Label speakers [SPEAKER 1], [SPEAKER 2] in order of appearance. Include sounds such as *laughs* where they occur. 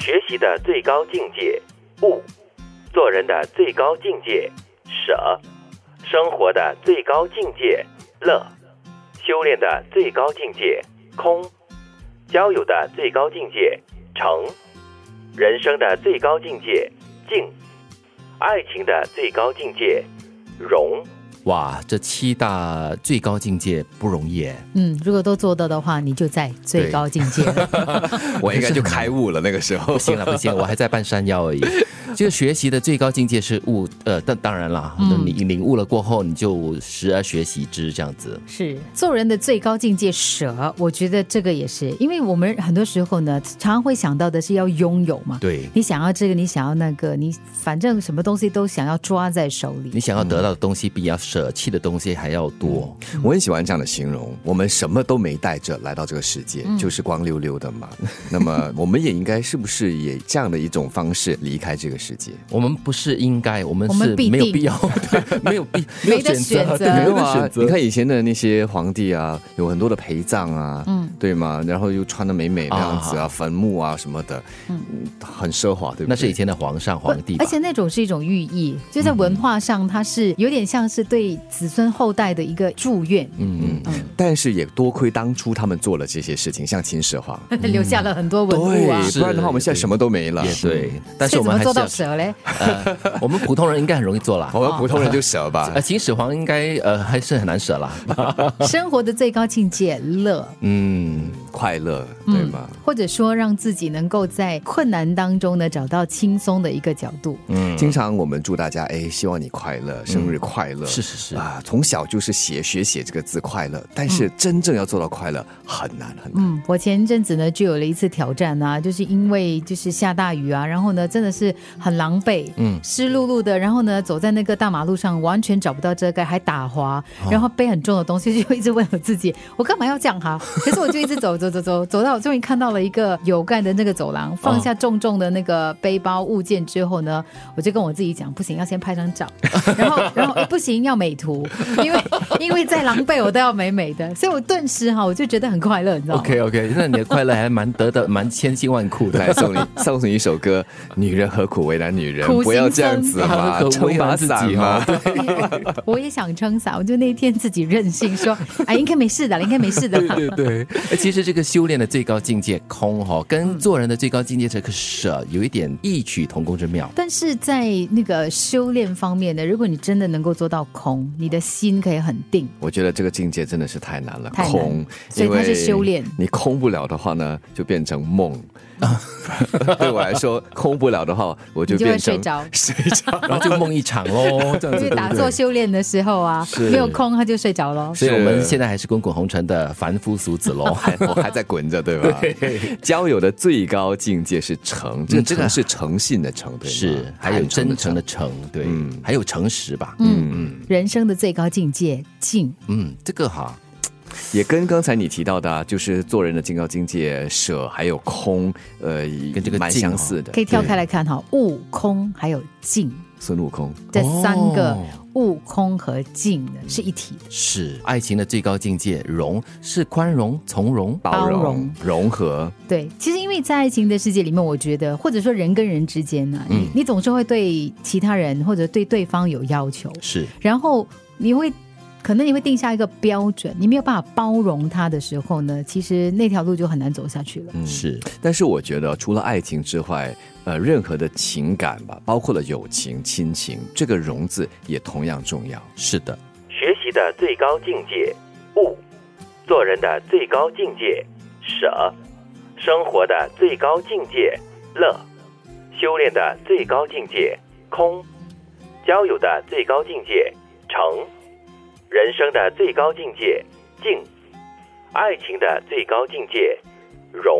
[SPEAKER 1] 学习的最高境界悟，做人的最高境界舍，生活的最高境界乐，修炼的最高境界空，交友的最高境界成，人生的最高境界静，爱情的最高境界融。
[SPEAKER 2] 哇，这七大最高境界不容易
[SPEAKER 3] *laughs*
[SPEAKER 2] 哎，
[SPEAKER 3] 嗯，如果都做到的话，你就在最高境界。
[SPEAKER 2] *laughs*
[SPEAKER 4] 我应该就开悟了。那个时候
[SPEAKER 2] 不行了不
[SPEAKER 3] *laughs*
[SPEAKER 2] 行，我还在半山腰而已。这个学习的最高境界是悟，呃，但当然啦，
[SPEAKER 3] 嗯
[SPEAKER 2] 你领悟了过后，你就时而学习之这样子。
[SPEAKER 3] 是做人的最高境界舍，我觉得这个也是，因为我们很多时候呢，常常会想到的是要拥有嘛。
[SPEAKER 2] 对
[SPEAKER 3] 你想要这个，你想要那个，你反正什么东西都想要抓在手里。
[SPEAKER 2] 你想要得到的东西，比要舍弃的东西还要多。
[SPEAKER 4] *laughs*
[SPEAKER 3] 嗯
[SPEAKER 4] 我很喜欢这样的形容，我们什么都没带着来到这个世界，就是光溜溜的嘛。 *laughs* 那么我们也应该是不是也这样的一种方式离开这个世界？
[SPEAKER 2] 我们不是应该，我们
[SPEAKER 3] 我们
[SPEAKER 2] 是
[SPEAKER 3] 必
[SPEAKER 2] 没有
[SPEAKER 3] 定
[SPEAKER 2] 必要， *laughs* 对，没有必没有
[SPEAKER 3] *laughs* 没得
[SPEAKER 2] 选
[SPEAKER 3] 选
[SPEAKER 2] 择，
[SPEAKER 3] 择
[SPEAKER 2] 对，
[SPEAKER 3] 没
[SPEAKER 2] 没
[SPEAKER 4] 有
[SPEAKER 2] 有
[SPEAKER 4] 啊
[SPEAKER 2] 选，择。
[SPEAKER 4] 你看以前的那些皇帝啊，有很多的陪葬啊，
[SPEAKER 3] 嗯
[SPEAKER 4] 对吗？然后又穿的美美那样子啊，
[SPEAKER 2] 啊
[SPEAKER 4] 坟墓啊什么的，嗯，很奢华，对不对？
[SPEAKER 2] 那是以前的皇上皇帝吧
[SPEAKER 3] 而且那种是一种寓意，就在文化上，它是有点像是对子孙后代的一个祝愿，
[SPEAKER 2] 嗯，
[SPEAKER 4] 但是也多亏当初他们做了这些事情，像秦始皇，
[SPEAKER 3] *laughs*
[SPEAKER 4] 哎
[SPEAKER 3] 留下了很多文物啊。
[SPEAKER 4] 对，不然的话我们现在什么都没了。
[SPEAKER 2] 也对，但是
[SPEAKER 3] 所以
[SPEAKER 2] 我们
[SPEAKER 3] 怎么
[SPEAKER 2] 还
[SPEAKER 3] 做
[SPEAKER 2] 是
[SPEAKER 3] 到
[SPEAKER 2] 要
[SPEAKER 3] 舍
[SPEAKER 2] *laughs*
[SPEAKER 3] 嘞？
[SPEAKER 2] 呃，我们普通人应该很容易做啦
[SPEAKER 4] 我。们普通人就舍吧 *laughs*
[SPEAKER 2] 呃，。秦始皇应该呃还是很难舍啦。
[SPEAKER 3] 生活的最高境界乐，
[SPEAKER 2] 嗯，
[SPEAKER 4] 快乐，对吗？
[SPEAKER 3] 或者说让自己能够在困难当中呢找到轻松的一个角度。
[SPEAKER 4] 经常我们祝大家，哎，希望你快乐，生日快乐。
[SPEAKER 2] 是是 *laughs* 是
[SPEAKER 4] 啊，从小就是写学写这个字快乐，但是真正要做到快乐很难
[SPEAKER 3] *laughs*
[SPEAKER 4] 很难。
[SPEAKER 3] 嗯，我前阵子呢就有了一次挑战啊，就是因为就是下大雨啊，然后呢真的是很狼狈，嗯，湿漉漉的，然后呢走在那个大马路上完全找不到遮盖，还打滑，然后背很重的东西，就一直问我自己，我干嘛要这样哈、可是我就一直走走走走，走到我终于看到了一个有盖的那个走廊，放下重重的那个背包物件之后呢，我就跟我自己讲，不行，要先拍张照，然后然后、哎不行，要美图，因为因为再狼狈我都要美美的，所以我顿时哈、我就觉得很快乐，你知道吗？ *laughs*
[SPEAKER 2] OK OK，那你的快乐还蛮得的，蛮千辛万苦
[SPEAKER 4] 来
[SPEAKER 2] 的。
[SPEAKER 4] 送你送你一首歌，《女人何苦为难女人》，
[SPEAKER 3] 苦
[SPEAKER 4] 不要
[SPEAKER 3] 行
[SPEAKER 4] 这样
[SPEAKER 3] 僧
[SPEAKER 4] 子嘛，撑把伞嘛。
[SPEAKER 3] 哦我也想撑伞，我就那天自己任性
[SPEAKER 2] *laughs*
[SPEAKER 3] 说，哎，应该没事的，应该没事的。
[SPEAKER 2] *laughs* 对对， *laughs* 哎其实这个修炼的最高境界空哈、哦，跟做人的最高境界这个舍有一点异曲同工之 *laughs* 妙。
[SPEAKER 3] 但是在那个修炼方面呢，如果你真的能够做到空，你的心可以很定。
[SPEAKER 4] 我觉得这个境界真的是太难了，
[SPEAKER 3] 太难
[SPEAKER 4] 空，
[SPEAKER 3] 所以它是修炼。
[SPEAKER 4] 你空不了的话呢，就变成梦。对我来说，空不了的话，我就
[SPEAKER 3] 你就会
[SPEAKER 4] 变成
[SPEAKER 3] 睡着
[SPEAKER 4] 睡着。
[SPEAKER 2] 然后就梦一场喽， *laughs* 这样
[SPEAKER 3] 因
[SPEAKER 2] 子对
[SPEAKER 3] 为打
[SPEAKER 2] 不
[SPEAKER 3] 坐
[SPEAKER 2] 对？
[SPEAKER 3] 修炼的时候啊，
[SPEAKER 2] 是
[SPEAKER 3] 没有空他就睡着了。
[SPEAKER 2] 所以我们现在还是滚滚红尘的凡夫俗子 *laughs* 喽。
[SPEAKER 4] 还 *laughs* 我还在滚着，
[SPEAKER 2] *laughs*
[SPEAKER 4] 对吧？交友的最高境界是诚，这个
[SPEAKER 2] 嗯这个
[SPEAKER 4] 诚是诚信的诚，
[SPEAKER 2] *laughs*
[SPEAKER 4] 对吗？
[SPEAKER 2] 是，还有真啊诚的诚，对，
[SPEAKER 4] 嗯
[SPEAKER 2] 还有诚实吧。
[SPEAKER 3] 嗯，人生的最高境界静，
[SPEAKER 2] 嗯，这个哈，
[SPEAKER 4] 也跟刚才你提到的啊，就是做人的最高境界舍还有空，呃，
[SPEAKER 2] 跟这个
[SPEAKER 4] 蛮
[SPEAKER 2] 静
[SPEAKER 4] 相
[SPEAKER 2] 哦
[SPEAKER 4] 似的。
[SPEAKER 3] 可以跳开来看哈，悟空还有静
[SPEAKER 4] 孙悟空，
[SPEAKER 3] 这三个
[SPEAKER 2] 哦
[SPEAKER 3] 悟空和静呢是一体的。
[SPEAKER 2] 是爱情的最高境界，容是宽容、从容。
[SPEAKER 4] 包
[SPEAKER 3] 包
[SPEAKER 4] 容
[SPEAKER 3] 容、
[SPEAKER 4] 融合，
[SPEAKER 3] 对，其实因为在爱情的世界里面，我觉得或者说人跟人之间呢、啊你你总是会对其他人或者对对方有要求，
[SPEAKER 2] 是，
[SPEAKER 3] 然后你会可能你会定下一个标准，你没有办法包容他的时候呢，其实那条路就很难走下去了。
[SPEAKER 2] 是，
[SPEAKER 4] 但是我觉得，除了爱情之外，呃，任何的情感吧，包括了友情、亲情，这个“融”字也同样重要。
[SPEAKER 2] 是的。
[SPEAKER 1] 学习的最高境界悟，做人的最高境界舍，生活的最高境界乐，修炼的最高境界空，交友的最高境界成，人生的最高境界静，爱情的最高境界融。